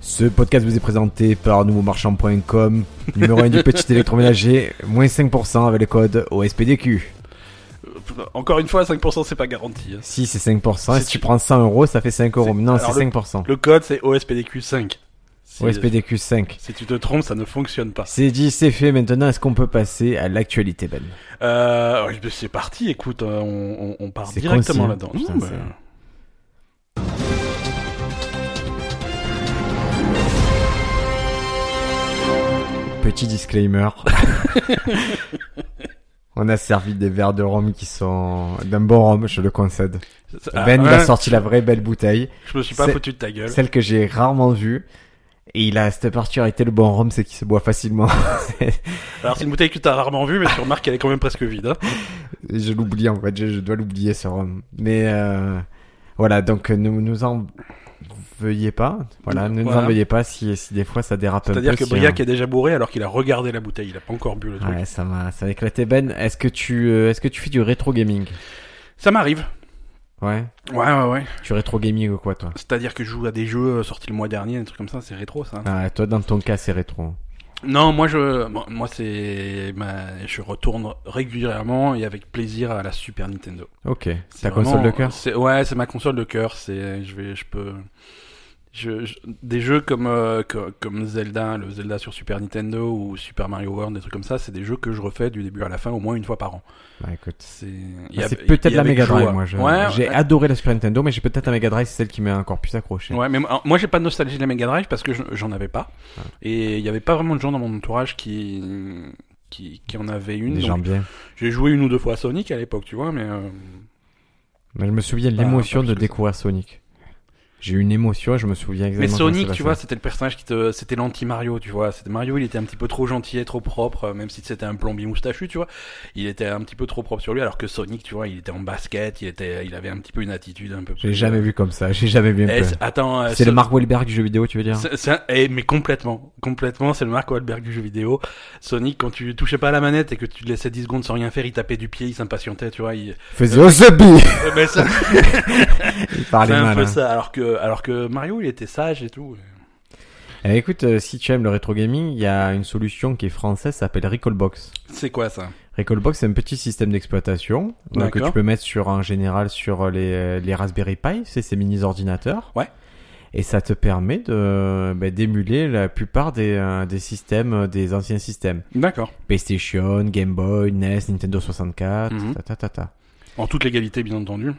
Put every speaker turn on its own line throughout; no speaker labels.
Ce podcast vous est présenté par nouveaumarchand.com, numéro 1 du petit électroménager, moins 5% avec le code OSPDQ.
Encore une fois, 5% c'est pas garanti. hein.
Si c'est 5%, et
C'est-
si tu prends 100 euros, ça fait 5 euros.
C'est-
Non, c'est
alors le-
5%.
Le code c'est OSPDQ5. Si- euh,
OSPDQ 5.
Si tu te trompes, ça ne fonctionne pas.
C'est dit, c'est fait. Maintenant, est-ce qu'on peut passer à l'actualité, Ben
Euh, ouais, c'est parti, écoute, euh, on, on- on part
C'est
directement
concis,
là-dedans.
putain,
Non, bah,
Petit disclaimer. On a servi des verres de rhum qui sont d'un bon rhum, je le concède.
c'est- ah,
Ben, il
hein,
a sorti la vraie belle bouteille,
Je me suis pas
c'est-
foutu de ta gueule.
celle que j'ai rarement vue. Et il a cette particularité, le bon rhum, c'est qu'il se boit facilement.
Alors c'est une bouteille que t'as rarement vue, mais tu remarques qu'elle est quand même presque vide. hein.
Et je l'oublie en fait, je, je dois l'oublier ce rhum. Mais euh, voilà, donc euh, ne nous en veuillez pas. Voilà, ne nous
Voilà.
en veuillez pas si, si des fois ça dérape un peu.
C'est-à-dire que
si,
Briac est déjà bourré alors qu'il a regardé la bouteille, il a pas encore bu le
hein.
truc.
Ouais, ça m'a, ça a éclaté. Ben, est-ce que tu, euh, est-ce que tu fais du rétro gaming
Ça m'arrive.
Ouais.
Ouais, ouais, ouais.
Tu rétro gaming ou quoi toi
C'est-à-dire que je joue à des jeux euh, sortis le mois dernier, des trucs comme ça, c'est rétro ça. hein.
Ah, toi, dans ton cas, c'est rétro.
Non, moi je, bon, moi c'est, ma- je retourne régulièrement et avec plaisir à la Super Nintendo.
Ok.
C'est
Ta
vraiment-
console de cœur
c'est- Ouais, c'est ma console de cœur. C'est, je vais, je peux, je, je- des jeux comme euh, co- comme Zelda, le Zelda sur Super Nintendo ou Super Mario World, des trucs comme ça, c'est des jeux que je refais du début à la fin au moins une fois par an.
Bah écoute.
C'est, il y a-
Ah, C'est
il
peut-être
y
la
avait
Mega Drive,
joie.
moi. je-
Ouais,
J'ai adoré la Super Nintendo, mais j'ai peut-être la Mega Drive, c'est celle qui m'a encore plus accroché.
Ouais, mais moi, moi, j'ai pas de nostalgie de la Mega Drive parce que je- j'en avais pas.
Ah.
Et il y avait pas vraiment de gens dans mon entourage qui qui, qui en avaient une.
Des
donc
gens bien.
J'ai joué une ou deux fois à Sonic à l'époque, tu vois, mais euh,
Mais je me souviens de
Pas-
l'émotion
pas plus
de
que ça.
découvrir Sonic. J'ai eu une émotion, je me souviens
mais
exactement. comment
Sonic,
ça
tu
va
vois, c'était le personnage qui te c'était l'anti Mario, tu vois, c'était Mario, il était un petit peu trop gentil et trop propre euh, même si c'était un plombier moustachu, tu vois. Il était un petit peu trop propre sur lui alors que Sonic, tu vois, il était en basket, il était il avait un petit peu une attitude un peu euh,
J'ai jamais vu comme ça, j'ai jamais vu un
Eh,
peu.
c'est- attends, euh,
C'est
ce-
le hein. Mark Wahlberg du jeu vidéo, tu veux dire
C'est- c'est un- eh, mais complètement, complètement, c'est le Mark Wahlberg du jeu vidéo. Sonic, quand tu touchais pas à la manette et que tu le laissais 10 secondes sans rien faire, il tapait du pied, il s'impatientait, tu vois. Il...
Faisait au zombie
Euh, mais ça-
Il
c'est
parlait
un
mal.
peu
hein.
ça. Alors que, alors que Mario, il était sage et tout.
Eh, écoute, euh, si tu aimes le rétro gaming, il y a une solution qui est française, ça s'appelle Recallbox.
C'est quoi ça
Recallbox, c'est un petit système d'exploitation euh, que
D'accord.
tu peux mettre sur en général sur euh, les, les Raspberry Pi, c'est ces mini ordinateurs.
Ouais.
Et ça te permet de bah, d'émuler la plupart des, euh, des systèmes, euh, des anciens systèmes.
D'accord.
PlayStation, Game Boy, NES, Nintendo 64,
Mhm.
ta, ta, ta, ta.
En toute légalité, bien entendu.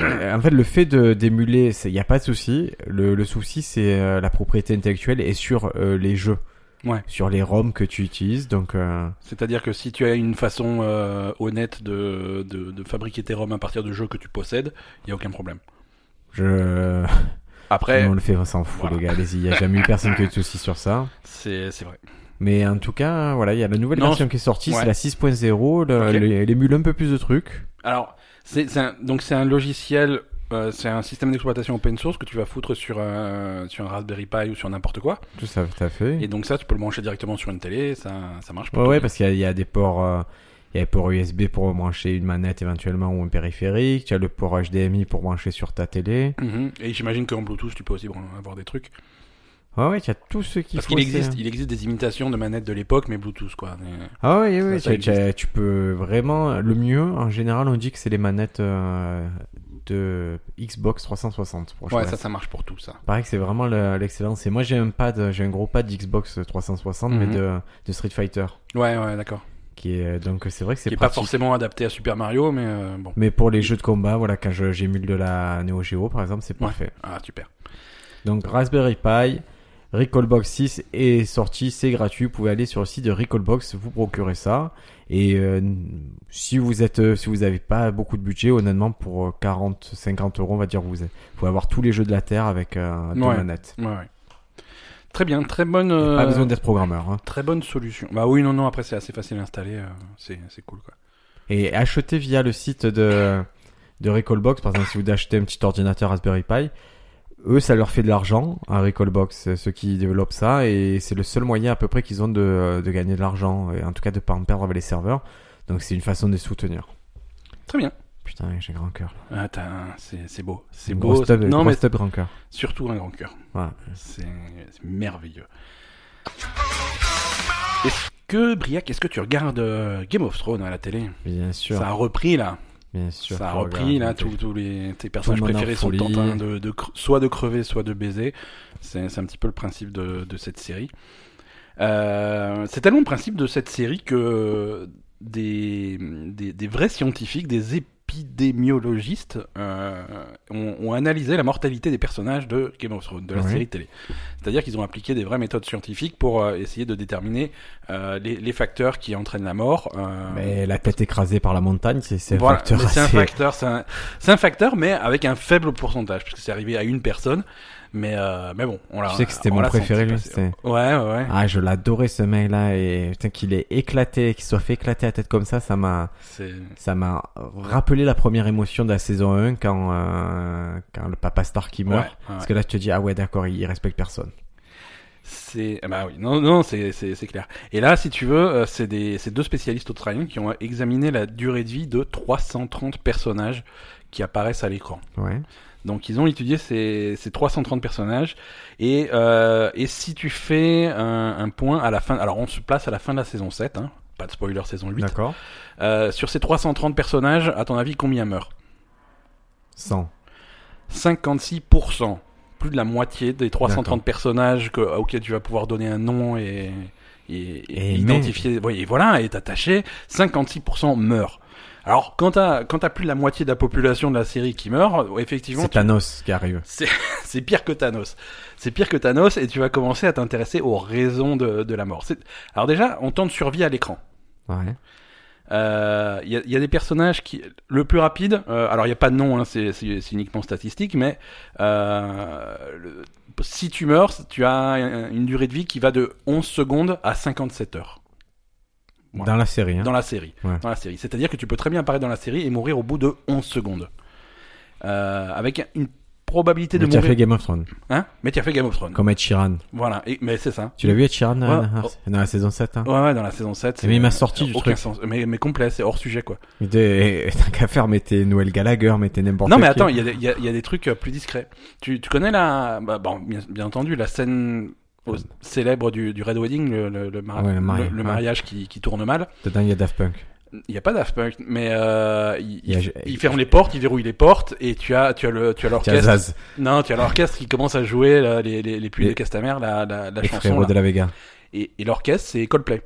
Euh, en fait, le fait de d'émuler, il n'y a pas de souci. Le, le souci, c'est euh, la propriété intellectuelle et sur euh, les jeux.
Ouais.
Sur les ROM que tu utilises. Donc, euh,
C'est-à-dire que si tu as une façon euh, honnête de, de, de fabriquer tes ROM à partir de jeux que tu possèdes, il y a aucun problème.
je...
Après,
Nous, on le fait, on s'en fout,
voilà.
les gars. Allez-y, il n'y a jamais eu personne qui a eu de soucis sur ça.
c'est c'est vrai.
Mais en tout cas, voilà, il y a la nouvelle
Non,
version qui est sortie,
ouais.
c'est la 6.0. le-
Ok.
le- Elle émule un peu plus de trucs.
Alors, c'est c'est un- donc c'est un logiciel, euh, c'est un système d'exploitation open source que tu vas foutre sur un, sur un Raspberry Pi ou sur n'importe quoi.
Tout ça, tout à fait.
Et donc ça, tu peux le brancher directement sur une télé, ça, ça marche.
Ouais,
plutôt
ouais,
bien.
parce qu'il y, a- il y a des ports. euh, Il y a le port USB pour brancher une manette éventuellement ou un périphérique. Tu as le port HDMI pour brancher sur ta télé.
Mhm. Et j'imagine qu'en Bluetooth, tu peux aussi bran- avoir des trucs.
Ouais, ouais, tu as tout ce qu'il
Parce
faut.
qu'il
c'est-
existe, il existe des imitations de manettes de l'époque, mais Bluetooth quoi. Mais-
Ah ouais, ouais,
Ça, ça
tu- tu- tu peux vraiment. Le mieux, en général, on dit que c'est les manettes euh, de Xbox 360. franchement.
Ouais, ça, ça marche pour tout ça.
Pareil que c'est vraiment le- l'excellence. Et moi, j'ai un pad, j'ai un gros pad Xbox 360, mais
Mhm.
de, de Street Fighter.
Ouais, ouais, d'accord.
Qui est, donc, c'est vrai que
Qui
c'est
est pas
pratique.
forcément adapté à Super Mario, mais euh, bon.
Mais pour les jeux de combat, voilà, quand je- j'émule de la Neo Geo, par exemple, c'est
Ouais.
parfait.
Ah super.
Donc, Raspberry Pi, Recallbox 6 est sorti, c'est gratuit. Vous pouvez aller sur le site de Recallbox, vous procurer ça. Et euh, si vous êtes, euh, si vous avez pas beaucoup de budget, honnêtement, pour euh, 40, 50 euros, on va dire, vous, vous pouvez avoir tous les jeux de la Terre avec euh, deux
Ouais.
manettes.
Ouais, ouais. Très bien, très bonne.
Pas
euh,
besoin d'être programmeur. hein.
Très bonne solution. Bah oui, non, non, après c'est assez facile à installer, euh, c'est c'est cool quoi.
Et acheter via le site de, de Recallbox, par exemple, si vous achetez un petit ordinateur Raspberry Pi, eux, ça leur fait de l'argent à Recallbox, ceux qui développent ça, et c'est le seul moyen à peu près qu'ils ont de, de gagner de l'argent, et en tout cas de pas en perdre avec les serveurs. Donc c'est une façon de les soutenir.
Très bien.
Putain, j'ai grand cœur.
Ah, t'as- c'est c'est beau. C'est
Une
beau.
grosse teub-
non,
grosse
mais
teub grand cœur.
surtout un grand cœur.
Voilà.
C'est c'est merveilleux. Est-ce que, Briac, est-ce que tu regardes euh, Game of Thrones à la télé
Bien sûr.
Ça a repris là.
bien sûr.
ça a
tu
repris
regardes.
là. Tous, tous les, tes personnages
monde en
préférés sont
folie.
en train de, de cre- soit de crever, soit de baiser. C'est c'est un petit peu le principe de, de cette série. Euh, c'est tellement le principe de cette série que des, des, des vrais scientifiques, des épidémiologistes euh, ont, ont analysé la mortalité des personnages de Game of Thrones, de la
Oui.
série télé. C'est-à-dire qu'ils ont appliqué des vraies méthodes scientifiques pour euh, essayer de déterminer euh, les, les facteurs qui entraînent la mort. euh,
Mais la tête écrasée par la montagne, c'est c'est un
voilà,
facteur
mais c'est un
assez-
facteur, c'est un, c'est un facteur, mais avec un faible pourcentage, parce que c'est arrivé à une personne. Mais, euh, mais bon, on l'a.
Tu sais que c'était
on
mon
l'a senti
préféré, lui.
passer.
c'était-
Ouais, ouais, ouais.
Ah, je l'adorais ce mec-là et putain qu'il est éclaté, qu'il soit fait éclater la tête comme ça, ça m'a,
C'est-
ça m'a rappelé la première émotion de la saison 1 quand, euh, quand le papa Star qui meurt.
ouais, ouais.
Parce que là, je te dis, ah ouais, d'accord, il il respecte personne.
C'est ah bah oui non non c'est c'est c'est clair. Et là si tu veux euh, c'est des c'est deux spécialistes australiens qui ont examiné la durée de vie de 330 personnages qui apparaissent à l'écran.
Ouais.
Donc ils ont étudié ces, ces 330 personnages et euh, et si tu fais un, un point à la fin alors on se place à la fin de la saison 7 hein, pas de spoiler saison 8.
D'accord.
Euh, sur ces 330 personnages, à ton avis, combien meurent
100.
56%. Plus de la moitié des 330
D'accord.
personnages que, euh, auxquels tu vas pouvoir donner un nom et, et, et
Et
identifier, ouais, et voilà, et t'attacher, 56% meurent. Alors, quand t'as, quand t'as plus de la moitié de la population de la série qui meurt, euh, effectivement,
C'est Thanos qui arrive.
c'est pire que Thanos. C'est pire que Thanos et tu vas commencer à t'intéresser aux raisons de, de la mort. C'est- Alors déjà, on tente survie à l'écran.
Ouais.
Euh, Il y, a- il y a des personnages qui. Le plus rapide, euh, alors il n'y a pas de nom, hein, c'est c'est- c'est uniquement statistique, mais euh, le- si tu meurs, tu as un- une durée de vie qui va de 11 secondes à 57 heures Voilà.
Dans la série, hein.
dans la série.
Ouais.
Dans la série. C'est-à-dire que tu peux très bien apparaître dans la série et mourir au bout de 11 secondes. Euh, avec une probabilité
Mais
de
tu as
mourir.
fait Game of Thrones.
Hein mais tu as fait Game of Thrones.
Comme Ed Sheeran.
Voilà, Et- mais c'est ça.
Tu l'as vu Ed Sheeran euh,
Ouais.
dans- dans la saison 7 hein
Ouais, ouais, dans la saison 7. c'est- euh,
Mais il m'a sorti du
aucun
truc.
sens. Mais, mais complet, c'est hors sujet quoi.
Des- T'as qu'à faire, mettez Noël Gallagher, mettez n'importe
Non, mais
qui.
attends, il y, a des- il y a- il y a des trucs euh, plus discrets. Tu, tu connais la. bah, bon, bien, bien entendu, la scène au- célèbre du, du Red Wedding, le, le, le mari-
Ouais, le mari-
le- le
ouais.
mariage qui, qui tourne mal.
Dedans, il y a Daft Punk.
Il n'y a pas Daft Punk, mais euh, il,
Il y a-
il- il ferme les portes, il verrouille les portes, et tu as, tu as, le, tu
Tu
as
as
l'orchestre.
Zaz,
Non, tu as l'orchestre qui commence à jouer là, les, les, les puits
Les-
de Castamer, la, la, la
les
chanson.
frérots
là.
de la Vega.
Et, et l'orchestre, c'est Coldplay.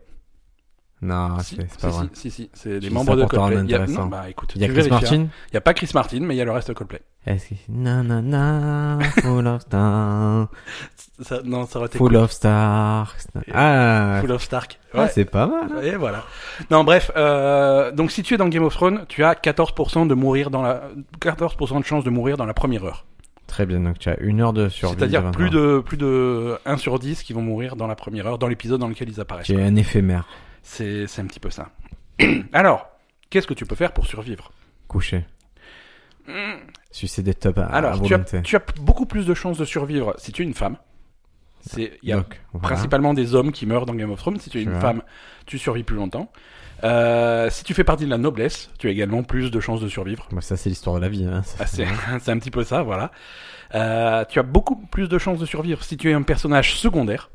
Non,
si,
c'est c'est
si,
pas vrai.
si, si, si, c'est
Je
des
dis
membres
ça
de
pour te rendre
Coldplay. Il y a-
intéressant.
non, bah, écoute,
Il y a
tu
Chris
vérifieras.
Martin
Il n'y a pas Chris Martin, mais il y a le reste de Coldplay.
hein. Est-ce que... Nanana, full of stars,
Ça, non, ça aurait été
full
cool.
of stars. Ah,
Full of Stark.
ah,
Ouais.
c'est pas mal.
Et voilà. Non, bref. euh, donc, si tu es dans Game of Thrones, tu as 14% de mourir dans la 14% de chance de mourir dans la première heure.
Très bien, donc tu as une heure de survie.
C'est-à-dire plus
vingt heures.
de plus de 1 sur 10 qui vont mourir dans la première heure, dans l'épisode dans lequel ils apparaissent.
Tu es un éphémère,
C'est c'est un petit peu ça. Alors, qu'est-ce que tu peux faire pour survivre
couché. Sucer des tubs à, à
Mm. Alors, tu as,
Ah, volonté.
tu as beaucoup plus de chances de survivre si tu es une femme. C'est il y a
Donc, voilà.
principalement des hommes qui meurent dans Game of Thrones. Si tu es
Tu
une
vois.
femme, tu survis plus longtemps. Euh, si tu fais partie de la noblesse, tu as également plus de chances de survivre.
Bon, Bah, ça, c'est l'histoire de la vie. Hein.
Ah, c'est c'est un petit peu ça, voilà. Euh, tu as beaucoup plus de chances de survivre si tu es un personnage secondaire.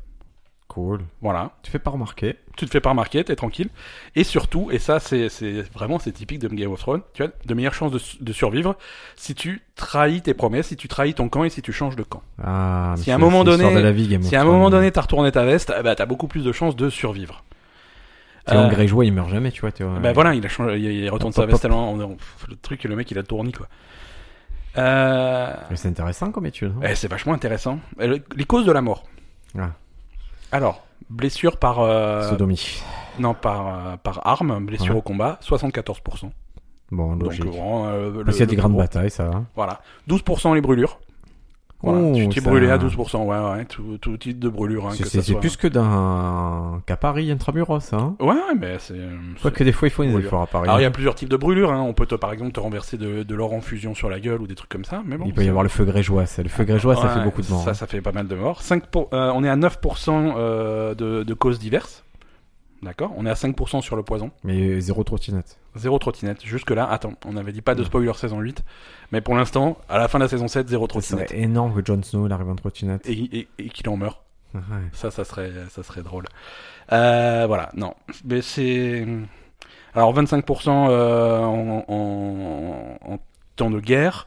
Cool.
Voilà,
Tu fais pas remarquer.
tu te fais pas remarquer, t'es tranquille. Et surtout, et ça c'est c'est- vraiment c'est typique de Game of Thrones, tu as de meilleures chances de, su- de survivre si tu trahis tes promesses, si tu trahis ton camp et si tu changes de camp.
Ah, mais
Si à un
c'est-
moment
c'est l'histoire
donné-
de la vie, Game of
si à un
Thrones.
moment donné t'as retourné ta veste, eh ben, t'as beaucoup plus de chances de survivre.
T'es en
Euh,
Greyjoy, il meurt jamais, tu vois. t'es-
Ben voilà, il, a changé, il- il retourne
Hop,
sa
hop,
veste
hop.
tellement. on- on- pff, le truc, le mec, il a tourni, quoi. Euh,
Mais c'est intéressant comme étude. hein.
eh, c'est vachement intéressant. Et le- Les causes de la mort.
Ah.
Alors, blessure par. euh,
Sodomie.
non, par, euh, par arme, blessure
Ouais.
au combat, 74%.
Bon,
Donc,
logique.
vraiment, euh, le-
Parce qu'il y a des
le-
grandes batailles, ça hein. va.
Voilà. 12% les brûlures. Voilà. tu
Oh,
t'es
ça-
brûlé à 12%, ouais, ouais, tout, tout type de brûlure. hein,
C'est-
que
c'est
ça soit-
c'est plus que d'un qu'à Paris, intramuros, hein.
Ouais, ouais, mais c'est.
Je crois que des fois, ils font des
Brûlure.
efforts à Paris.
Alors, Ah, il y a plusieurs types de brûlures. hein. On peut, te, par exemple, te renverser de, de l'or en fusion sur la gueule ou des trucs comme ça. Mais bon,
Il peut y
c'est-
avoir le feu grégeois. ça. Le feu grégeois, ça
Ouais,
fait beaucoup de morts.
Ça,
hein.
ça fait pas mal de morts. 5 pour- euh, on est à 9% euh, de, de causes diverses. D'accord On est à 5% sur le poison.
Mais euh, zéro trottinette.
Zéro trottinette. Jusque-là, attends, on n'avait dit pas de spoiler saison 8. Mais pour l'instant, à la fin de la saison 7, zéro
Mm. Ça serait
trottinette.
énorme que Jon Snow il arrive en trottinette.
Et, et- et qu'il en meure.
Ouais.
Ça, ça serait, ça serait drôle. Euh, voilà, non. Mais c'est. Alors, 25% euh, en, en- en temps de guerre,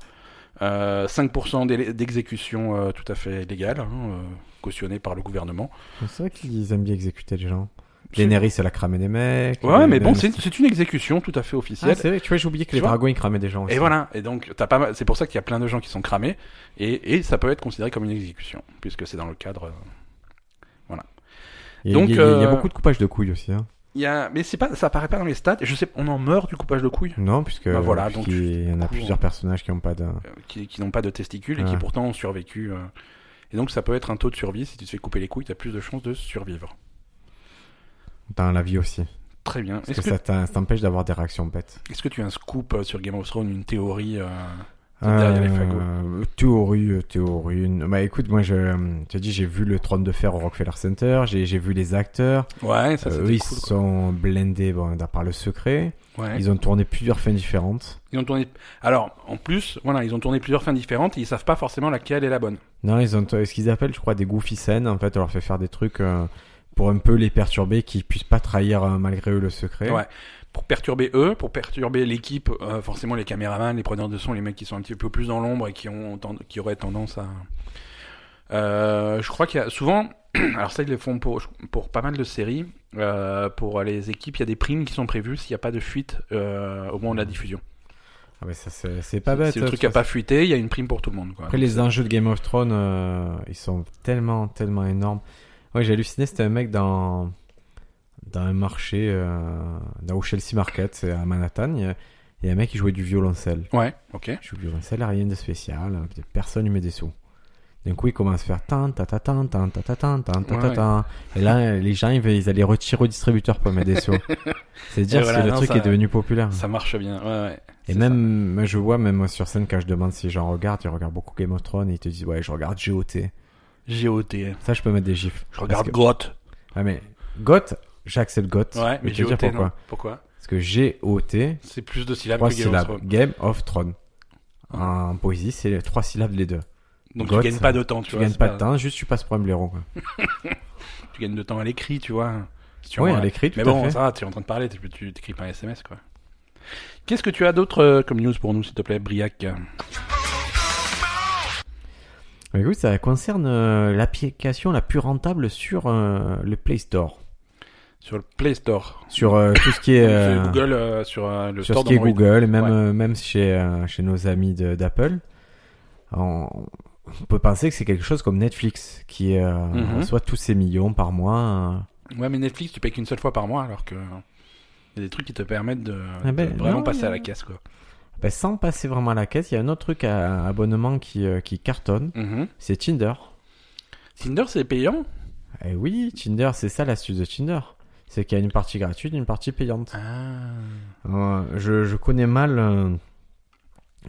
euh, 5% d'é- d'exécution euh, tout à fait légale, hein, euh, cautionnée par le gouvernement.
C'est vrai qu'ils aiment bien exécuter les gens. Daenerys, elle a cramé des mecs.
Ouais,
Les-
mais bon,
les-
c'est c'est une exécution tout à fait officielle.
Euh, Ah, c'est vrai, tu vois, j'ai oublié que
Tu
les
vois
dragons ils cramaient des gens.
Et
aussi.
voilà, et donc t'as pas mal- c'est pour ça qu'il y a plein de gens qui sont cramés, et, et ça peut être considéré comme une exécution, puisque c'est dans le cadre. euh,
Et Il y, a-
Donc,
il y a- il y a
euh,
beaucoup de coupage de couilles aussi. Hein.
Il y a, mais c'est pas, ça apparaît pas dans les stats. Je sais, on en meurt du coupage de couilles,
Non, puisque
Bah voilà,
puisqu'il-
donc,
il y en a
coup,
plusieurs
on-
personnages qui n'ont pas de.
euh, qui, qui n'ont pas de testicules et qui
Ouais.
pourtant ont survécu. euh. et donc ça peut être un taux de survie. Si tu te fais couper les couilles, t'as plus de chances de survivre.
Dans la vie aussi.
Très bien.
Parce
Est-ce
que,
que,
ça t'in- ça t'empêche d'avoir des réactions bêtes.
est-ce que tu as un scoop euh, sur Game of Thrones, une théorie euh, Derrière les fagots.
Euh, théorie, euh, théorie. une- Bah écoute, moi je te dis, j'ai vu le Trône de Fer au Rockefeller Center, j'ai j'ai vu les acteurs.
Ouais, ça
Euh,
c'était
eux, ils
cool. quoi.
sont blindés bon, d'un- par le secret.
Ouais.
Ils ont tourné plusieurs fins différentes.
Ils ont tourné. Alors, en plus, voilà, ils ont tourné plusieurs fins différentes. Et ils savent pas forcément laquelle est la bonne.
Non, ils ont euh, ce qu'ils appellent, je crois, des goofy scènes. En fait, on leur fait faire des trucs euh, pour un peu les perturber, qu'ils puissent pas trahir euh, malgré eux le secret.
Ouais. pour perturber eux, pour perturber l'équipe, euh, forcément les caméramans, les preneurs de son, les mecs qui sont un petit peu plus dans l'ombre et qui, ont tend- qui auraient tendance à... Euh, je crois qu'il y a souvent, alors ça ils le font pour, pour pas mal de séries, euh, pour les équipes, il y a des primes qui sont prévues s'il n'y a pas de fuite euh, au moment de la diffusion.
Ah, mais ça, c'est c'est pas bête.
si le
hein,
truc
tu
n'a
vois,
pas fuité, il y a une prime pour tout le monde. Quoi.
Après, les enjeux de Game of Thrones, euh, ils sont tellement, tellement énormes. Ouais, j'ai halluciné, c'était un mec dans, dans un marché, euh, dans au Chelsea Market, c'est à Manhattan. Il y a- il y a un mec qui jouait du violoncelle.
Ouais, ok.
Je suis un salaire, rien de spécial, hein, peut-être personne ne met des sous. D'un coup, il commence à faire tant, ta, ta, tant, tant, ta, ta, tant, tant, ta, ta,
Ouais.
tant. Et là, les gens, ils, veulent- ils allaient retirer au distributeur pour mettre des sous. C'est dire
Et voilà,
si le
non,
truc
ça-
est devenu populaire.
Ça marche bien, ouais, ouais.
Et
C'est
même, moi, je vois, même sur scène, quand je demande si j'en regarde, ils regardent beaucoup Game of Thrones et ils te disent, ouais, je regarde GOT.
ça. GOT.
Ça, je peux mettre des gifs.
Je regarde
Parce
GOT.
que- Ah, mais GOT, j'accepte GOT.
Ouais, mais
je vais te
GOT,
dire pourquoi.
non. Pourquoi
Parce que GOT,
C'est plus de syllabes
trois
que Game of
syllabes.
Thrones. Ah.
Game of Thrones. En poésie, c'est les trois syllabes les deux.
Donc
Got,
tu gagnes pas de temps, tu,
Tu
vois.
gagnes
c'est
pas de temps, juste tu passes pour un blaireau. Quoi.
tu gagnes de temps à l'écrit, tu vois. Si tu
Oui,
envoies-
à l'écrit, tout
Mais
à
bon,
fait.
ça, va, tu es en train de parler, tu tu t'écris pas un SMS, quoi. Qu'est-ce que tu as d'autre euh, comme news pour nous, s'il te plaît, Briac euh,
Mais écoute, ça concerne euh, l'application la plus rentable sur euh, le Play Store.
Sur le Play Store.
Sur euh, tout ce qui est,
Sur
euh,
Google, euh, sur euh, le
sur
store
ce qui est
d'Android.
Google, et même,
Ouais.
euh, même chez, euh, chez nos amis de- d'Apple. On, on peut penser que c'est quelque chose comme Netflix qui euh,
Mhm.
reçoit tous ces millions par mois. Euh,
Ouais, mais Netflix, tu payes qu'une seule fois par mois, alors que il y a des trucs qui te permettent de,
Ah ben,
de vraiment
non,
passer
non.
à la caisse, quoi.
Ben, sans passer vraiment à la caisse, il y a un autre truc à, à abonnement qui, euh, qui cartonne,
Mhm.
c'est Tinder.
Tinder, c'est payant
Et oui, Tinder, c'est ça l'astuce de Tinder. C'est qu'il y a une partie gratuite, une partie payante.
Ah.
Euh, je, je connais mal. euh,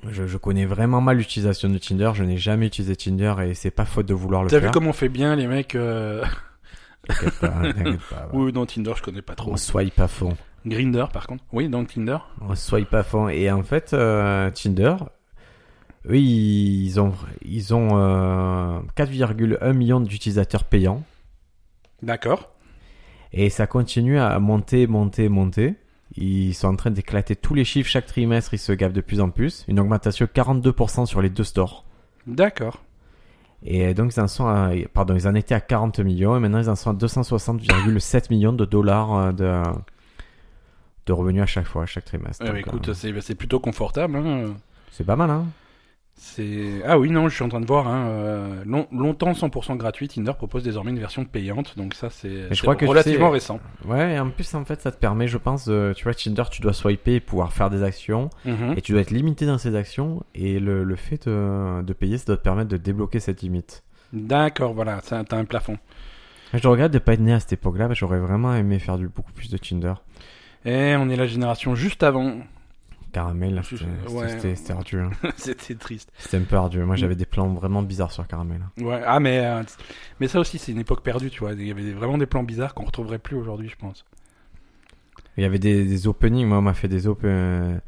je, je connais vraiment mal l'utilisation de Tinder. Je n'ai jamais utilisé Tinder et c'est pas faute de vouloir le
T'as
faire.
vu comme on fait bien, les mecs euh...
T'inquiète pas, Bah, t'inquiète pas, voilà.
Oui, dans Tinder, je connais pas trop.
On swipe à fond.
Grinder, par contre. Oui, dans Tinder.
On swipe à fond. Et en fait, euh, Tinder, eux, ils ont, ils ont euh, 4,1 millions d'utilisateurs payants.
D'accord.
Et ça continue à monter, monter, monter. Ils sont en train d'éclater tous les chiffres. Chaque trimestre, ils se gavent de plus en plus. Une augmentation de 42% sur les deux stores.
D'accord.
Et donc, ils en, sont à- pardon, ils en étaient à 40 millions et maintenant ils en sont à 260,7 millions de dollars euh, de, de revenus à chaque fois, à chaque trimestre.
Eh ben,
Donc,
écoute,
euh,
c'est c'est plutôt confortable. Hein.
c'est pas mal, hein
C'est ah oui non je suis en train de voir hein, euh, long- longtemps 100% gratuit Tinder propose désormais une version payante donc ça c'est
je
c'est
crois que
relativement
c'est-
récent.
Ouais, et en plus, en fait, ça te permet, je pense, de- tu vois, Tinder, tu dois swiper et pouvoir faire des actions
Mhm.
et tu dois être limité dans ces actions et le, le fait de, de payer, ça doit te permettre de débloquer cette limite.
D'accord voilà ça- t'as un plafond.
Je regrette de pas être né à cette époque-là, parce que j'aurais vraiment aimé faire du, beaucoup plus de Tinder.
Et Eh, on est la génération juste avant
Caramel,
Je-
c'était
ouais.
c'était- c'était ardu. hein.
c'était triste.
C'était un peu ardu. Moi, j'avais des plans vraiment bizarres sur Caramel. hein.
Ouais ah mais euh, mais ça aussi c'est une époque perdue tu vois il y avait vraiment des plans bizarres qu'on retrouverait plus aujourd'hui je pense.
Il y avait des, des openings, moi on m'a fait des, op- euh,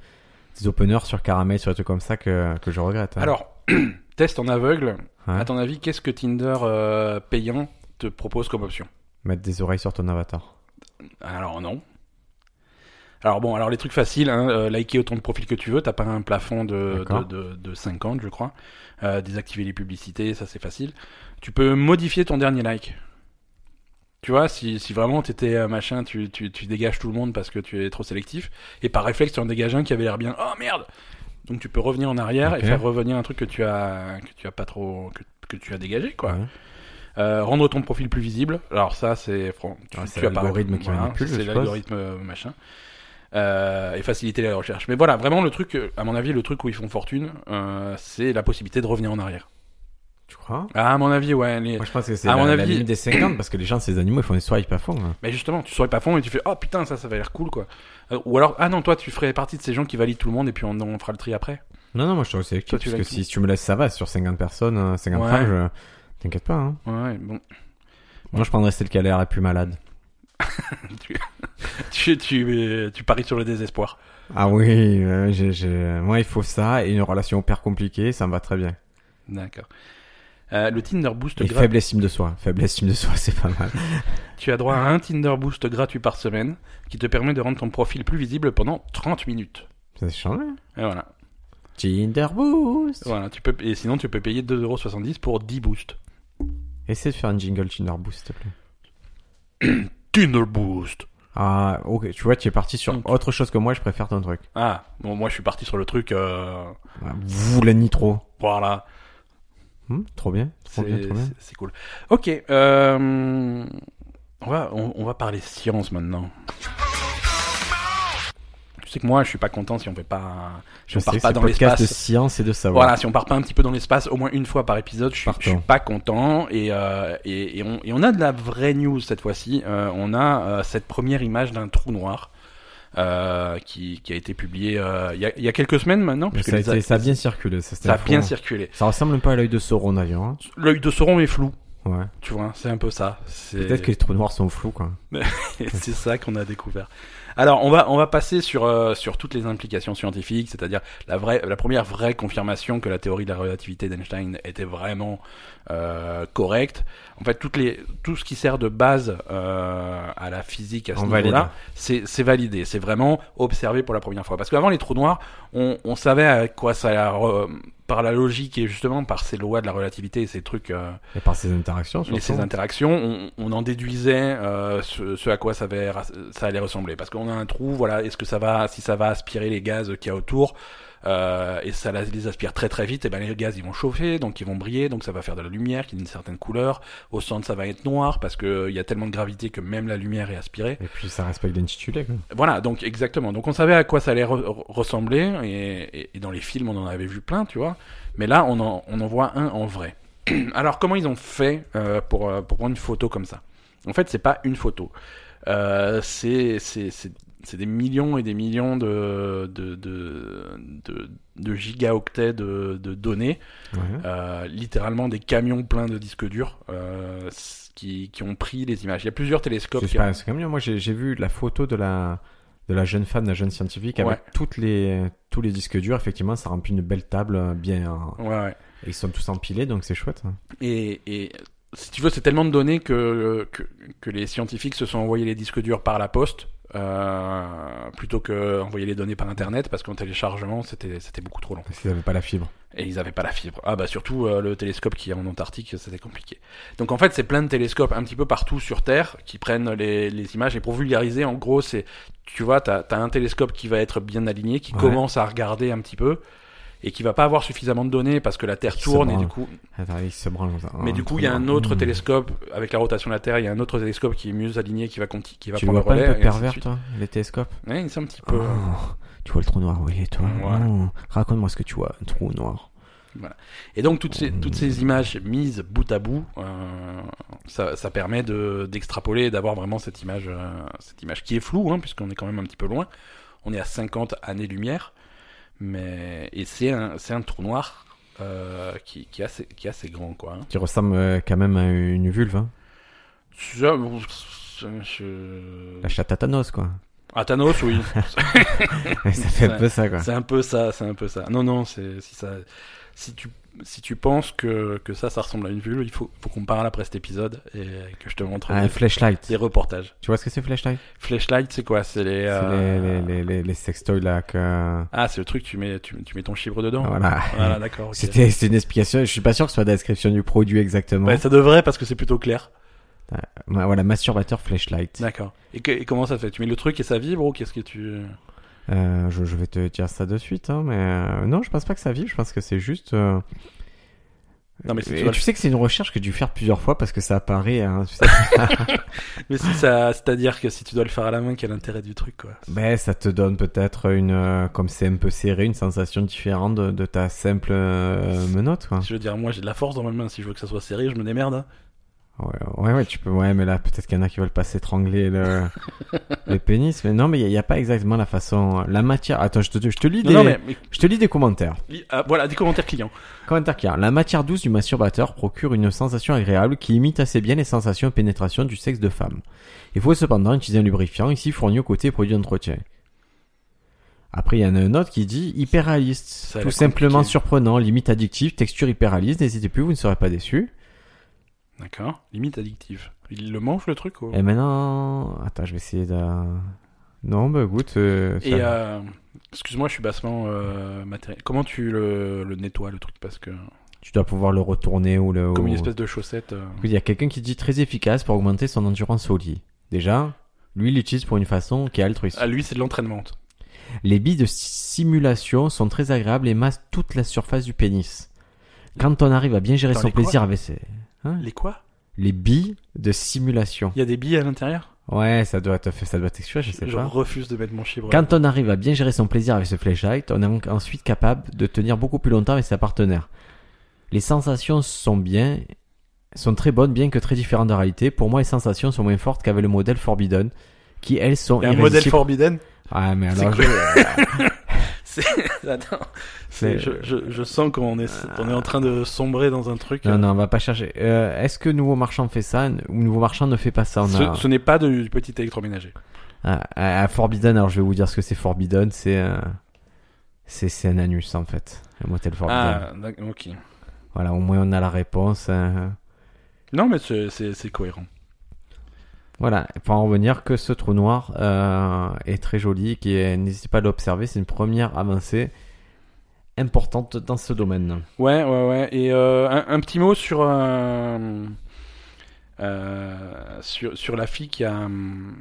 des openers sur caramel, sur des trucs comme ça que, que je regrette. hein.
Alors, test en aveugle.
Ouais.
À ton avis, qu'est-ce que Tinder euh, payant te propose comme option
Mettre des oreilles sur ton avatar.
Alors non. Alors bon, alors les trucs faciles, hein, euh, liker autant de profils que tu veux, t'as pas un plafond de, de,
D'accord.
de, de 50 je crois. Euh, désactiver les publicités, ça c'est facile. Tu peux modifier ton dernier like. Tu vois, si, si vraiment t'étais euh, machin, tu, tu, tu dégages tout le monde parce que tu es trop sélectif, et par réflexe tu en dégages un qui avait l'air bien, oh merde Donc tu peux revenir en arrière
Ok.
et faire revenir un truc que tu as, que tu as pas trop, que, que tu as dégagé quoi.
Ouais.
Euh, rendre ton profil plus visible. Alors ça, c'est fran- tu,
Ah, c'est
tu as pas-
l'algorithme qui manipule, je
C'est
suppose.
l'algorithme euh, machin. Euh, et faciliter la recherche. Mais voilà, vraiment le truc, euh, à mon avis, le truc où ils font fortune, euh, c'est la possibilité de revenir en arrière.
Tu crois
Ah, à mon avis, ouais. les-
Moi je pense que c'est
À
la,
mon
la
avis-
limite des 50 parce que les gens, ces animaux, ils font hein. des soirées pas fond.
Mais justement, tu serais pas fond et tu fais oh putain ça ça va l'air cool quoi. Euh, ou alors ah non toi tu ferais partie de ces gens qui valident tout le monde et puis on, on fera le tri après.
Non, non, moi je suis
Toi,
sélectif
tu
parce que
vas qui
si tu me laisses, ça va sur 50 personnes, euh, 50
Ouais.
femmes, je... t'inquiète pas. Hein.
Ouais, Ouais bon
Moi je prendrais celle qui a l'air la plus malade.
tu tu, tu, euh, tu paries sur le désespoir.
Ah oui, euh, j'ai- j'ai- moi il faut ça et une relation hyper compliquée, ça me va très bien.
D'accord. Euh, le Tinder Boost
Et
gratuit.
faible estime de soi, faible estime de soi, c'est pas mal.
Tu as droit à un Tinder Boost gratuit par semaine qui te permet de rendre ton profil plus visible pendant 30 minutes.
C'est charmant.
Et voilà.
Tinder Boost.
voilà tu peux, et sinon, tu peux payer 2,70€ pour 10 boosts.
Essaie de faire un jingle Tinder Boost, s'il te plaît.
Tinder Boost
Ah, ok, tu vois, tu es parti sur
Ok.
autre chose que moi, je préfère ton truc.
Ah, bon, moi je suis parti sur le truc. euh,
Ah, Vous, la nitro.
voilà.
Hum, trop bien, trop
C'est
bien, trop bien.
c'est- c'est cool. Ok. euh, on, va, on, on va parler science maintenant. Tu sais que moi, je suis pas content si on fait pas. Si
Je
on
sais
part
que
pas
ce
dans
podcast de
l'espace.
science et de savoir.
Voilà, si on part pas un petit peu dans l'espace, au moins une fois par épisode, je, suis- je suis
Partons.
pas content. Et, euh, et, et on, et on a de la vraie news cette fois-ci. Euh, on a euh, cette première image d'un trou noir euh, qui, qui a été publiée euh, il y, a, il y a quelques semaines maintenant.
Mais
puisque
ça, a
les
été-
a-
ça a bien circulé, ça, c'était
ça a bien
fou, hein.
circulé.
Ça ressemble un peu à l'œil de Sauron d'ailleurs. hein.
L'œil de Sauron est flou,
Ouais.
tu vois, c'est un peu ça. C'est-
Peut-être que les trous noirs sont flous, quoi.
c'est ça qu'on a découvert. Alors, on va, on va passer sur, euh, sur toutes les implications scientifiques, c'est-à-dire la, vraie, la première vraie confirmation que la théorie de la relativité d'Einstein était vraiment euh, correcte. En fait, toutes les, tout ce qui sert de base euh, à la physique à ce
On valide.
niveau-là, c'est c'est validé, c'est vraiment observé pour la première fois. Parce qu'avant les trous noirs, on, on savait à quoi ça... re- par la logique et justement par ces lois de la relativité et ces trucs... euh,
Et par ces interactions,
et
surtout.
ces interactions, on, on en déduisait euh, ce, ce à quoi ça, avait- ça allait ressembler. Parce qu'on a un trou, voilà, est-ce que ça va, si ça va aspirer les gaz qu'il y a autour, euh, et ça la- les aspire très très vite, et ben les gaz ils vont chauffer, donc ils vont briller, donc ça va faire de la lumière qui a une certaine couleur. Au centre ça va être noir parce que euh, il y a tellement de gravité que même la lumière est aspirée.
Et puis ça respecte l'intitulé, quoi.
Voilà, donc exactement. Donc on savait à quoi ça allait re- re- ressembler, et, et- et dans les films on en avait vu plein, tu vois. Mais là on en, on en voit un en vrai. Alors comment ils ont fait euh, pour, euh, pour prendre une photo comme ça En fait c'est pas une photo. Euh, c'est c'est- c'est- c'est des millions et des millions de, de, de, de, de gigaoctets de, de données
Ouais.
euh, littéralement des camions pleins de disques durs euh, c- qui, qui ont pris les images. Il y a plusieurs télescopes.
C'est
qui
pas- c'est quand même bien. Moi, j'ai j'ai vu la photo de la de la jeune femme, de la jeune scientifique, avec
Ouais.
toutes les tous les disques durs. Effectivement, ça remplit une belle table, euh, bien.
ont- Ouais, ouais.
Et ils sont tous empilés, donc c'est chouette. hein.
Et, et si tu veux, c'est tellement de données que, que, que les scientifiques se sont envoyés les disques durs par la poste euh, plutôt que envoyer les données par Internet parce qu'en téléchargement, c'était c'était beaucoup trop long.
Parce qu'ils n'avaient pas la fibre.
Et ils n'avaient pas la fibre. Ah bah surtout euh, le télescope qui est en Antarctique, c'était compliqué. Donc en fait, c'est plein de télescopes un petit peu partout sur Terre qui prennent les, les images. Et pour vulgariser, en gros, c'est tu vois, t'as as un télescope qui va être bien aligné, qui
Ouais.
commence à regarder un petit peu et qui va pas avoir suffisamment de données parce que la Terre
Qui
tourne et
s'ébranle.
du coup,
Attends, ils se branlent hein. comme ça.
mais du coup, il y a un
Hmm.
autre télescope avec la rotation de la Terre. Il y a un autre télescope qui est mieux aligné, qui va conti- qui va
Tu le
prendre
vois pas
relais.
un peu
et ainsi de
pervers,
suite.
toi, les télescopes
Ouais, c'est un petit peu. euh.
Oh, Tu vois le trou noir, oui, et toi
Voilà.
oh, Raconte-moi ce que tu vois, un trou noir.
Et donc toutes ces toutes
Hmm.
ces images mises bout à bout, euh, ça, ça permet de d'extrapoler et d'avoir vraiment cette image euh, cette image qui est floue, hein, puisqu'on est quand même un petit peu loin. On est à 50 années lumière, mais et c'est un c'est un trou noir euh, qui qui est assez qui est assez grand quoi. hein.
Qui ressemble euh, quand même à une vulve, hein.
Ça, bon, c'est- je-
La chatte à Thanos, quoi.
Ah, Thanos, oui.
ça fait un peu ça, quoi.
c'est un peu ça, c'est un peu ça. Non, non, c'est si ça, si tu si tu penses que, que ça, ça ressemble à une vulve, il faut, faut qu'on parle après cet épisode et que je te montre
Un
des,
flashlight.
des reportages.
Tu vois ce que c'est flashlight
Flashlight, c'est quoi C'est les,
C'est
euh,
les, les, les, les, les sextoys là que.
ah, c'est le truc tu mets tu, tu mets ton chibre dedans.
Voilà.
Voilà, d'accord. ok.
C'était c'est une explication. Je suis pas sûr que ce soit la description du produit exactement.
Ouais, ça devrait parce que c'est plutôt clair.
Ouais, Voilà, masturbateur flashlight.
D'accord. Et, que- et comment ça fait Tu mets le truc et ça vibre ou qu'est-ce que tu
Euh, je, je vais te dire ça de suite, hein, mais euh, non, je pense pas que ça vive. Je pense que c'est juste. euh,
Non mais si tu
Et
vas
tu sais que c'est une recherche que tu dû faire plusieurs fois parce que ça apparaît. Hein, tu sais.
le- mais si ça, c'est-à-dire que si tu dois le faire à la main, quel est l'intérêt du truc quoi
Ben, ça te donne peut-être une, euh, comme c'est un peu serré, une sensation différente de, de ta simple euh, menotte, quoi.
Je veux dire, moi j'ai de la force dans ma main. Si je veux que ça soit serré, je me démerde. hein.
Ouais, ouais, ouais, tu peux, ouais, mais là, peut-être qu'il y en a qui veulent pas s'étrangler le, le pénis, mais non, mais il n'y a, pas exactement la façon, la matière. Attends, je te, je te lis
Non,
des,
non, mais, mais-
je te lis des commentaires.
li- ah, voilà, des commentaires clients.
Commentaire qui a, la matière douce du masturbateur procure une sensation agréable qui imite assez bien les sensations de pénétration du sexe de femme. Il faut cependant utiliser un lubrifiant ici fourni au côté produit d'entretien. Après, il y en a un autre qui dit hyper réaliste,
Ça a
tout
l'air
simplement
compliqué.
surprenant, limite addictif, texture hyper réaliste, n'hésitez plus, vous ne serez pas déçus.
D'accord. Limite addictive. Il le mange le truc. ou-
Et maintenant, attends, je vais essayer de... Non, bah écoute, euh, ça
Et
va.
euh, excuse-moi, je suis bassement euh, matériel. Comment tu le, le nettoies le truc parce que
tu dois pouvoir le retourner ou le...
comme une
ou-
espèce de chaussette. euh,
Écoute, Il y a quelqu'un qui dit très efficace pour augmenter son endurance au lit. Déjà, lui, il l'utilise pour une façon qui est altruiste.
Ah lui, c'est de l'entraînement.
Les billes de simulation sont très agréables et massent toute la surface du pénis. Quand on arrive à bien gérer
Attends,
son
les quoi
plaisir avec ses... hein
Les quoi
Les billes de simulation.
Il y a des billes à l'intérieur
Ouais, ça doit te faire, ça doit t'excuser, je sais
Je
pas.
refuse de mettre mon chibre.
Quand on arrive à bien gérer son plaisir avec ce flashlight, on est en- ensuite capable de tenir beaucoup plus longtemps avec sa partenaire. Les sensations sont bien, sont très bonnes, bien que très différentes de réalité. Pour moi, les sensations sont moins fortes qu'avec le modèle Forbidden, qui elles sont
Il y a un modèle
irrésistibles.
Forbidden
Ah mais
C'est
alors,
quoi
je-
C'est- Attends,
C'est-
c'est- je, je- je sens qu'on est, on est en train de sombrer dans un truc.
non non, on va pas chercher. Euh, Est-ce que Nouveau Marchand fait ça ou Nouveau Marchand ne fait pas ça On a
Ce, ce n'est pas du, du petit électroménager.
Ah, ah, ah, Forbidden. Alors je vais vous dire ce que c'est Forbidden. C'est un- c'est c'est un anus en fait, un motel Forbidden.
Ah, d'ac- ok.
Voilà, au moins on a la réponse. hein.
Non, mais c'est- c'est c'est cohérent.
Voilà, pour en revenir que ce trou noir euh, est très joli, qui est- n'hésitez pas à l'observer, c'est une première avancée importante dans ce domaine.
Ouais, ouais, ouais. Et euh, un, un petit mot sur, euh, euh, sur, sur la fille qui a, hum,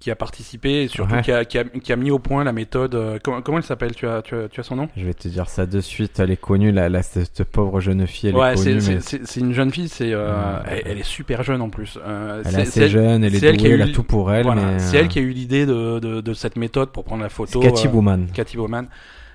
qui a participé et surtout
Ouais.
qui, a, qui, a, qui a mis au point la méthode. euh, comment, comment elle s'appelle tu as, tu, as, tu as son nom
Je vais te dire ça de suite, elle est connue, la, la- cette pauvre jeune fille, elle
Ouais,
est connue,
c'est-
mais
c'est c'est- c'est une jeune fille, c'est euh,
Ouais.
elle, elle est super jeune en plus. Euh,
elle
c'est-
est
c'est
assez jeune, elle est,
c'est elle qui
douée,
a
elle a
eu-
tout pour elle,
voilà,
mais... euh,
c'est elle qui a eu l'idée de, de, de cette méthode pour prendre la
C'est
photo.
Cathy
euh,
Bowman.
Cathy Bowman.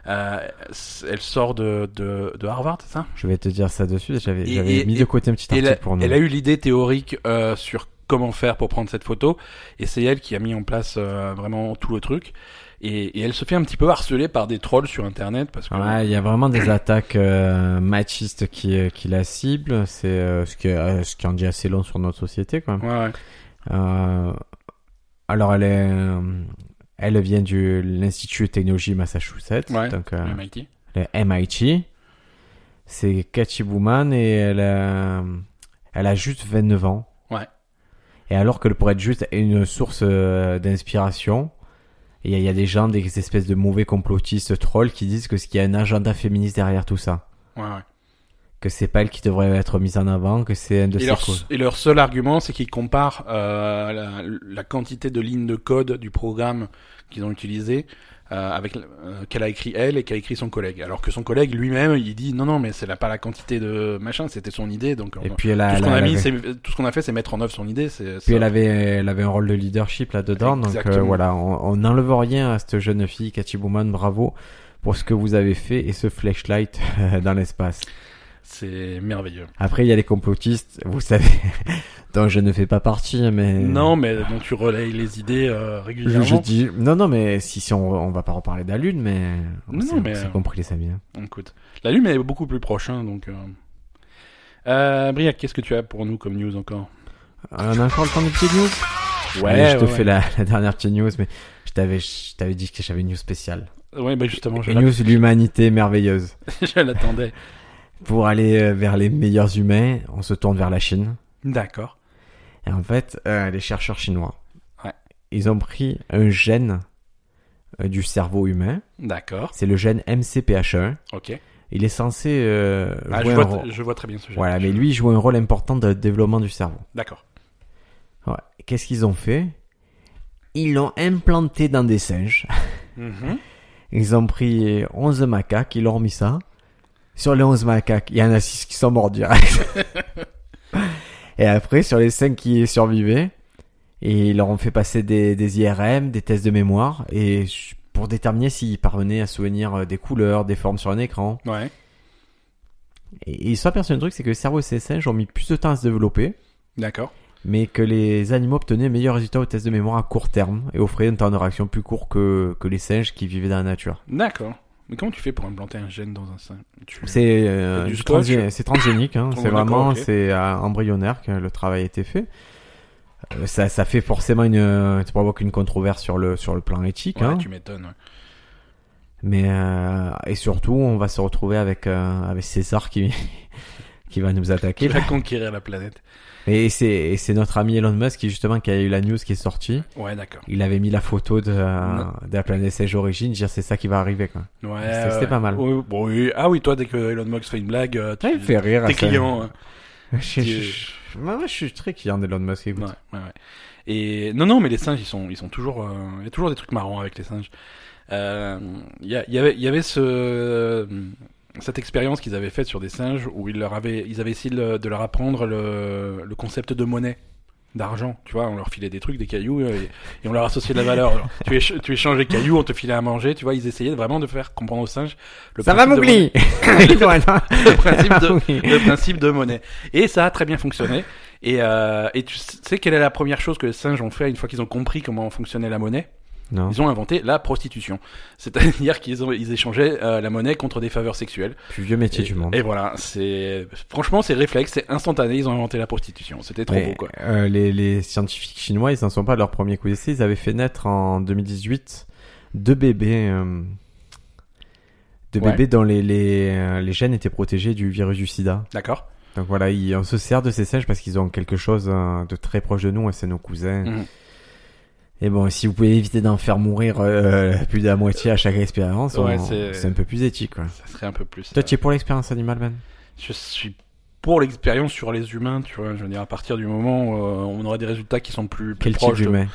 Euh, c'est- elle sort de, de, de Harvard, c'est ça
Je vais te dire ça de suite, j'avais
Et-
j'avais
et-
mis
et-
de côté un petit
elle
article
a,
pour nous.
elle a eu l'idée théorique euh, sur comment faire pour prendre cette photo, et c'est elle qui a mis en place euh, vraiment tout le truc. Et, et elle se fait un petit peu harceler par des trolls sur Internet parce que
Ouais, il y a vraiment des attaques euh, machistes qui, euh, qui la ciblent, c'est euh, ce, que- euh, ce qui en dit assez long sur notre société, quoi.
Ouais, ouais.
Euh, alors, elle est, euh, elle vient de l'Institut de technologie Massachusetts,
Ouais,
donc euh,
le MIT.
le MIT. C'est Cathy Bouman et elle, a- elle a juste 29 ans.
Ouais.
Et alors qu'elle pourrait être juste une source euh, d'inspiration, il y, a- il y a des gens, des espèces de mauvais complotistes trolls qui disent que ce qu'il y a un agenda féministe derrière tout ça.
Ouais, ouais.
Que c'est pas elle qui devrait être mise en avant, que c'est un de
Et
ses
leur,
causes.
et leur seul argument, c'est qu'ils comparent euh, la, la quantité de lignes de code du programme qu'ils ont utilisé euh, avec euh, qu'elle a écrit elle et qu'a écrit son collègue. Alors que son collègue lui-même, il dit non, non, mais c'est la- pas la quantité de machin, c'était son idée. Donc on-
Et puis elle a, elle
tout ce
a-
qu'on a
elle
mis,
avait-
c'est- tout ce qu'on a fait, c'est mettre en œuvre son idée. C'est
Puis
ça.
elle avait, elle avait un rôle de leadership là-dedans. Donc euh,
Exactement.
voilà, on on n'enlève rien à hein, cette jeune fille, Cathy Bowman, bravo pour ce que vous avez fait et ce flashlight euh, dans l'espace.
c'est merveilleux.
Après, il y a les complotistes, vous savez, dont je ne fais pas partie, hein, mais...
Non, mais dont tu relayes les idées euh,
Je,
régulièrement.
je dis... Non, non, mais si, si on, on va pas reparler de la Lune, mais...
Non,
c'est-
non, mais- euh,
C'est compris, les amis. hein.
Donc, écoute, la lune elle est beaucoup plus proche, hein, donc. euh. Euh, Briac, qu'est-ce que tu as pour nous comme news encore
Ah, On a encore le temps des petites news
Ouais,
Allez, je te
ouais,
fais
ouais.
la, la dernière petite news, mais je t'avais, je t'avais dit que j'avais une news spéciale.
Ouais, bah justement, je
Une news l'humanité merveilleuse.
je l'attendais.
Pour aller euh, vers les meilleurs humains, on se tourne vers la Chine.
D'accord.
Et en fait, euh, les chercheurs chinois,
Ouais.
ils ont pris un gène euh, du cerveau humain.
D'accord.
C'est le gène MCPH1.
Ok.
Il est censé euh,
Ah,
jouer
je,
un
vois,
rôle.
je vois très bien ce jeu.
Voilà,
Je-
mais lui il joue un rôle important dans le développement du cerveau.
D'accord.
Ouais. Qu'est-ce qu'ils ont fait Ils l'ont implanté dans des singes.
Mhm.
Ils ont pris 11 macaques, ils leur ont mis ça. Sur les 11 macaques, il y en a 6 qui sont morts direct. et après, sur les 5 qui survivaient, et ils leur ont fait passer des, des IRM, des tests de mémoire, et ch- pour déterminer s'ils parvenaient à souvenir euh, des couleurs, des formes sur un écran.
Ouais.
Et, et ils se sont aperçus d'un truc, c'est que le cerveau de ces singes ont mis plus de temps à se développer,
D'accord.
mais que les animaux obtenaient meilleurs résultats aux tests de mémoire à court terme, et offraient un temps de réaction plus court que, que les singes qui vivaient dans la nature.
D'accord. Mais comment tu fais pour implanter un gène dans un sein Tu-
C'est euh,
du
du
scotch.
transgé- c'est transgénique, hein.
Trans-
c'est vraiment
d'accord, ok.
c'est euh, embryonnaire que le travail a été fait. Euh, ça, ça fait forcément une, euh, ça provoque une controverse sur le sur le plan éthique,
Ouais,
hein.
tu m'étonnes. ouais.
mais euh, et surtout on va se retrouver avec euh, avec César qui qui va nous
Qui
attaquer.
va conquérir la planète
Et c'est et c'est notre ami Elon Musk qui justement qui a eu la news qui est sortie.
Ouais, d'accord.
Il avait mis la photo de, euh,
Non.
de la planète Sage Origin, dire c'est ça qui va arriver quoi.
Ouais.
C'était- c'était
ouais.
pas mal.
Oui, bon, oui. Ah oui, toi, dès que Elon Musk fait une blague, euh, tu-
Ouais, il fait rire. à
t'es
ça.
client. hein.
Je, je- je- moi, je suis très client d'Elon Musk. écoute.
Ouais, ouais, ouais. Et non, non, mais les singes, ils sont, ils sont toujours, euh, il y a toujours des trucs marrants avec les singes. Euh, Il y, a- il y avait, il y avait ce, euh, cette expérience qu'ils avaient faite sur des singes où ils leur avaient, ils avaient essayé de de leur apprendre le, le concept de monnaie, d'argent. Tu vois, on leur filait des trucs, des cailloux, euh, et, et on leur associait de la valeur. Genre, tu, éch- tu échanges les cailloux, on te filait à manger. Tu vois, ils essayaient vraiment de faire comprendre aux singes le
Ça va
principe de
m'oublier Voilà.
monnaie- le principe de,
Oui.
le principe de monnaie. Et ça a très bien fonctionné. Et, euh, et tu sais quelle est la première chose que les singes ont fait une fois qu'ils ont compris comment fonctionnait la monnaie
Non,
Ils ont inventé la prostitution. C'est-à-dire qu'ils ont ils échangeaient euh, la monnaie contre des faveurs sexuelles.
plus vieux métier
et,
du monde.
et voilà, c'est franchement c'est réflexe, c'est instantané. Ils ont inventé la prostitution. C'était trop
Mais,
beau quoi.
euh, les, les scientifiques chinois, ils n'en sont pas à leur premier coup d'essai. Ils avaient fait naître en 2018 deux bébés, euh, deux
Ouais.
bébés dont les, les, euh, les gènes étaient protégés du virus du sida.
D'accord.
Donc voilà, ils- on se sert de ces singes parce qu'ils ont quelque chose euh, de très proche de nous et c'est nos cousins.
Mhm.
Et bon, si vous pouvez éviter d'en faire mourir euh, plus de la moitié à chaque expérience,
Ouais,
on-
c'est-
c'est un peu plus éthique. Quoi.
Ça serait un peu plus.
Toi,
euh,
tu es pour l'expérience animale, Ben man
Je suis pour l'expérience sur les humains, tu vois. Je veux dire, à partir du moment où euh, on aura des résultats qui sont plus, plus
Quel type
proches de-
d'humain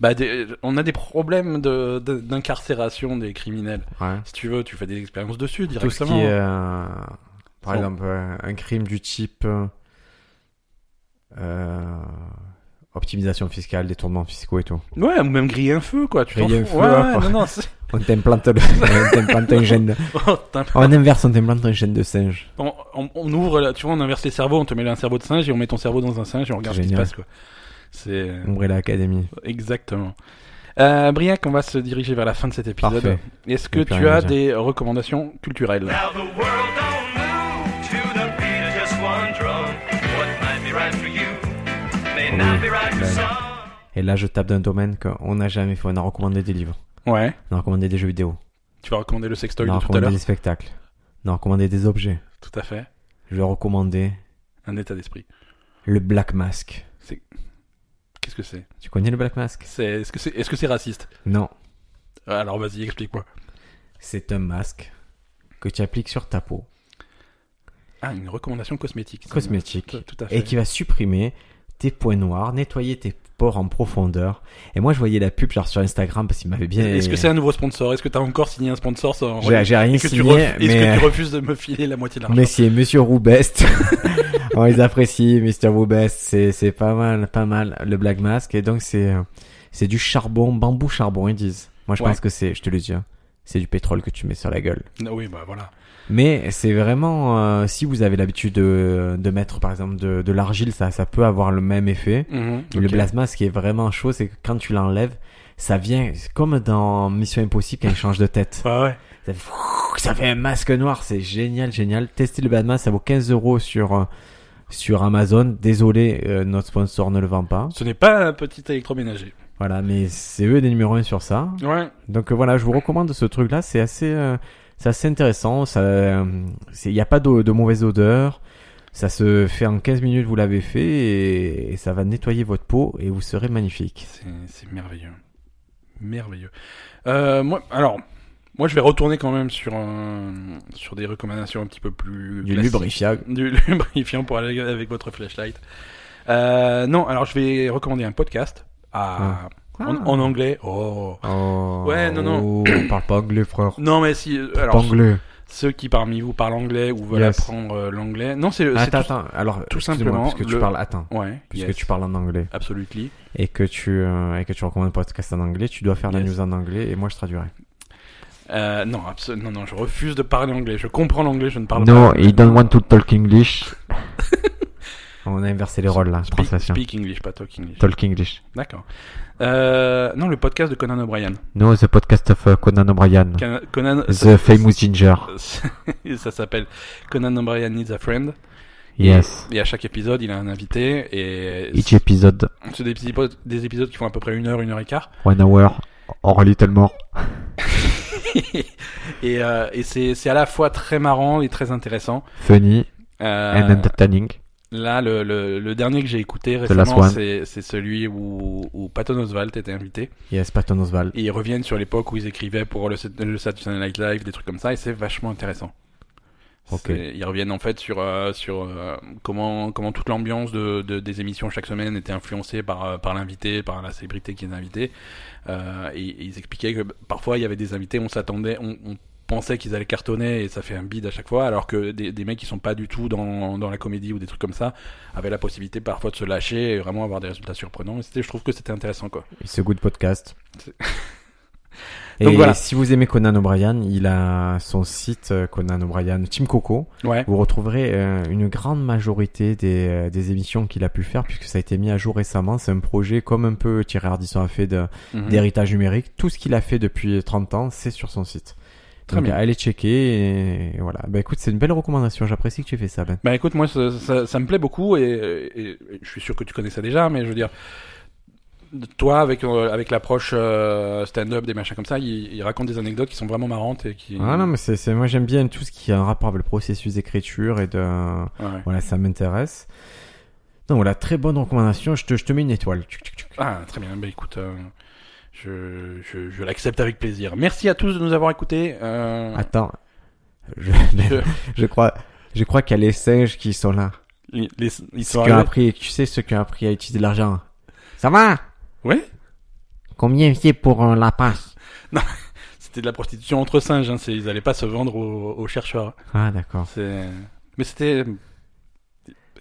Bah, des- on a des problèmes de- de- d'incarcération des criminels.
ouais.
Si tu veux, tu fais des expériences dessus
Tout ce
directement.
qui est, euh, par
Sans-
exemple, euh, un crime du type euh, euh, optimisation fiscale, détournement fiscaux et tout.
Ouais, ou même griller un feu, quoi. Tu t'en fous.
Griller
Ouais,
un feu, hein,
ouais,
quoi.
non, non, c'est-
On t'implante, le- on t'implante un gène. de-
Oh, putain.
On inverse, on t'implante un gène de singe.
on, on- on ouvre, là, tu vois, on inverse les cerveaux, on te met là un cerveau de singe et on met ton cerveau dans un singe et on regarde ce qui se
Génial.
passe, quoi. C'est
Umbrella Academy.
exactement. Euh, Briac, on va se diriger vers la fin de cet épisode.
Parfait.
Est-ce que
Y a plus
tu
rien à
as
dire.
des recommandations culturelles
Now the world don't move to the beat of just one drum. What might be right for you may not be right for some.
Et là, je tape d'un domaine qu'on n'a jamais fait. On a recommandé des livres.
Ouais.
On a recommandé des jeux vidéo.
Tu vas recommander le sextoy
On a
de tout à
recommandé
l'heure
des spectacles. On a recommandé des objets.
Tout à fait.
Je vais recommander
Un état d'esprit.
le Black Mask.
Qu'est-ce que c'est
Tu connais le Black Mask
C'est est-ce que c'est est-ce que c'est raciste Euh,
Non.
Alors vas-y, explique-moi.
C'est un masque que tu appliques sur ta peau.
Ah, une recommandation cosmétique. ça.
cosmétique.
Tout tout à fait.
et qui va supprimer tes points noirs, nettoyer tes pores en profondeur. Et moi, je voyais la pub genre sur Instagram parce qu'il m'avait bien.
Est-ce que c'est un nouveau sponsor Est-ce que t'as encore signé un sponsor sans...
J'ai j'ai rien
Est-ce que, tu
signé,
ref- est-ce que
mais
tu refuses de me filer la moitié de l'argent
mais c'est Monsieur Roubest. Oh, On les apprécie, Mr Roubest. C'est c'est pas mal, pas mal le Black Mask. Et donc c'est euh, c'est du charbon, bambou charbon, ils disent. Moi, je
Ouais.
pense que c'est, je te le dis, hein, c'est du pétrole que tu mets sur la gueule.
Ah Oui, bah voilà.
Mais c'est vraiment, euh, si vous avez l'habitude de, de mettre par exemple de, de l'argile, ça, ça peut avoir le même effet. Le
Mhm, Ok.
plasma, ce qui est vraiment chaud, c'est que quand tu l'enlèves, ça vient c'est comme dans Mission Impossible quand il change de tête.
Ouais, ouais.
Ça fait, ça fait un masque noir, c'est génial, génial. Testez le plasma, ça vaut 15 euros sur euh, sur Amazon. Désolé, euh, notre sponsor ne le vend pas.
Ce n'est pas un petit électroménager.
Voilà, mais c'est eux des numéros 1 sur ça.
Ouais.
Donc euh, voilà, je vous recommande ce truc-là. C'est assez, euh, c'est assez intéressant. Ça, euh, c'est- il n'y a pas de, de mauvaise odeur. Ça se fait en 15 minutes, vous l'avez fait, et, et ça va nettoyer votre peau et vous serez magnifique.
C'est c'est merveilleux. Merveilleux. Euh, moi, alors, moi je vais retourner quand même sur, un- sur des recommandations un petit peu plus.
Du
classiques.
lubrifiant.
Du lubrifiant pour aller avec votre flashlight. Euh, non, alors je vais recommander un podcast à- en,
Ah.
en anglais. Oh.
Oh,
Ouais, non, non.
oh, on parle pas anglais, frère.
Non, mais si. euh,
Pas
Alors,
anglais.
ceux qui parmi vous parlent anglais ou veulent
Yes.
apprendre euh, l'anglais. Non, c'est. c'est
Attends,
tout-
attends. Alors,
tout
excuse-moi,
simplement,
Puisque tu
le-
parles, attends.
Ouais,
Puisque
yes,
tu parles en anglais
Absolutely.
et que tu, euh, et que tu recommandes un podcast en anglais, tu dois faire la
Yes.
news en anglais et moi je traduirai.
Euh, non, absol- non, non, je refuse de parler anglais. Je comprends l'anglais, je ne parle pas.
il to talk English. On a inversé les rôles là,
Speak-
translation.
Speak English, pas talk English.
Talk English.
D'accord. Euh, non, le podcast de Conan O'Brien.
No, the podcast of uh, Conan O'Brien.
Can- Conan.
The famous ginger.
ça s'appelle Conan O'Brien Needs a Friend.
Yes.
Et à chaque épisode, il a un invité. Et
Each episode,
c'est des, petits épisodes- des épisodes qui font à peu près une heure, une heure et quart.
one hour, or a little more.
et euh, et c'est c'est à la fois très marrant et très intéressant.
Funny
Euh,
and entertaining.
Là, le, le, le dernier que j'ai écouté
last
récemment,
one.
c'est c'est celui où, où Patton Oswalt était invité.
Yes, Patton Oswald.
Et ils reviennent sur l'époque où ils écrivaient pour le, Sat- le Saturday Night Live, des trucs comme ça, et c'est vachement intéressant.
Ok.
C'est- Ils reviennent en fait sur, euh, sur euh, comment, comment toute l'ambiance de, de- des émissions chaque semaine était influencée par, euh, par l'invité, par la célébrité qui est invitée. Euh, et, et ils expliquaient que parfois il y avait des invités, on s'attendait, on, on pensait qu'ils allaient cartonner et ça fait un bide à chaque fois, alors que des, des mecs qui sont pas du tout dans, dans la comédie ou des trucs comme ça avaient la possibilité parfois de se lâcher et vraiment avoir des résultats surprenants. Et c'était- je trouve que c'était intéressant quoi.
It's a good podcast.
C'est-
Et
Donc voilà.
si vous aimez Conan O'Brien, il a son site euh, Conan O'Brien, Team Coco.
Ouais.
Vous retrouverez euh, une grande majorité des, euh, des émissions qu'il a pu faire puisque ça a été mis à jour récemment. C'est un projet comme un peu Thierry Ardisson a fait de,
Mhm.
d'héritage numérique. Tout ce qu'il a fait depuis 30 ans, c'est sur son site.
Très
Donc,
bien.
allez checker et, et voilà. Bah écoute, c'est une belle recommandation. J'apprécie que tu aies fait ça, Ben.
Bah écoute, moi ça, ça- ça me plaît beaucoup et, et- et je suis sûr que tu connais ça déjà, mais je veux dire, toi avec, euh, avec l'approche euh, stand-up, des machins comme ça, il, il raconte des anecdotes qui sont vraiment marrantes et qui...
Ah non, mais c'est, c'est- moi j'aime bien tout ce qui a un rapport avec le processus d'écriture et de,
Ouais.
voilà, ça m'intéresse. Donc voilà, très bonne recommandation. Je te, je te mets une étoile. Tchouc, tchouc, tchouc.
Ah très bien, bah écoute, euh, je, je, je l'accepte avec plaisir. Merci à tous de nous avoir écoutés. euh,
Attends. Je,
Je-
je crois, je crois qu'il y a les singes qui sont là.
les- les- ils
Ceux
sont
qui ont
arrivés-
appris, tu sais, ceux qui ont appris à utiliser de l'argent. Ça va?
Ouais
Combien c'est pour euh, la passe?
C'était de la prostitution entre singes, hein, c'est- ils allaient pas se vendre aux, aux chercheurs.
Ah, d'accord.
C'est... Mais c'était...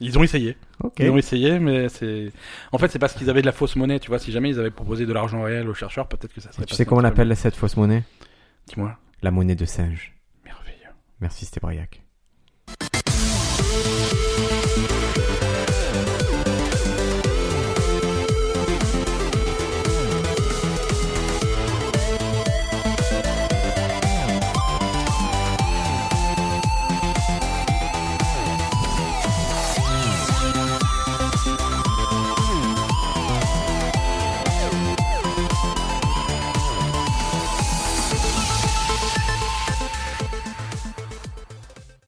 Ils ont essayé.
Ok.
Ils ont essayé, mais c'est. En fait, c'est parce qu'ils avaient de la fausse monnaie, tu vois. Si jamais ils avaient proposé de l'argent réel aux chercheurs, peut-être que ça serait.
Tu sais comment on
l'appelle
appelle cette fausse monnaie
Dis-moi.
La monnaie de singe.
Merveilleux.
Merci, c'était Briac.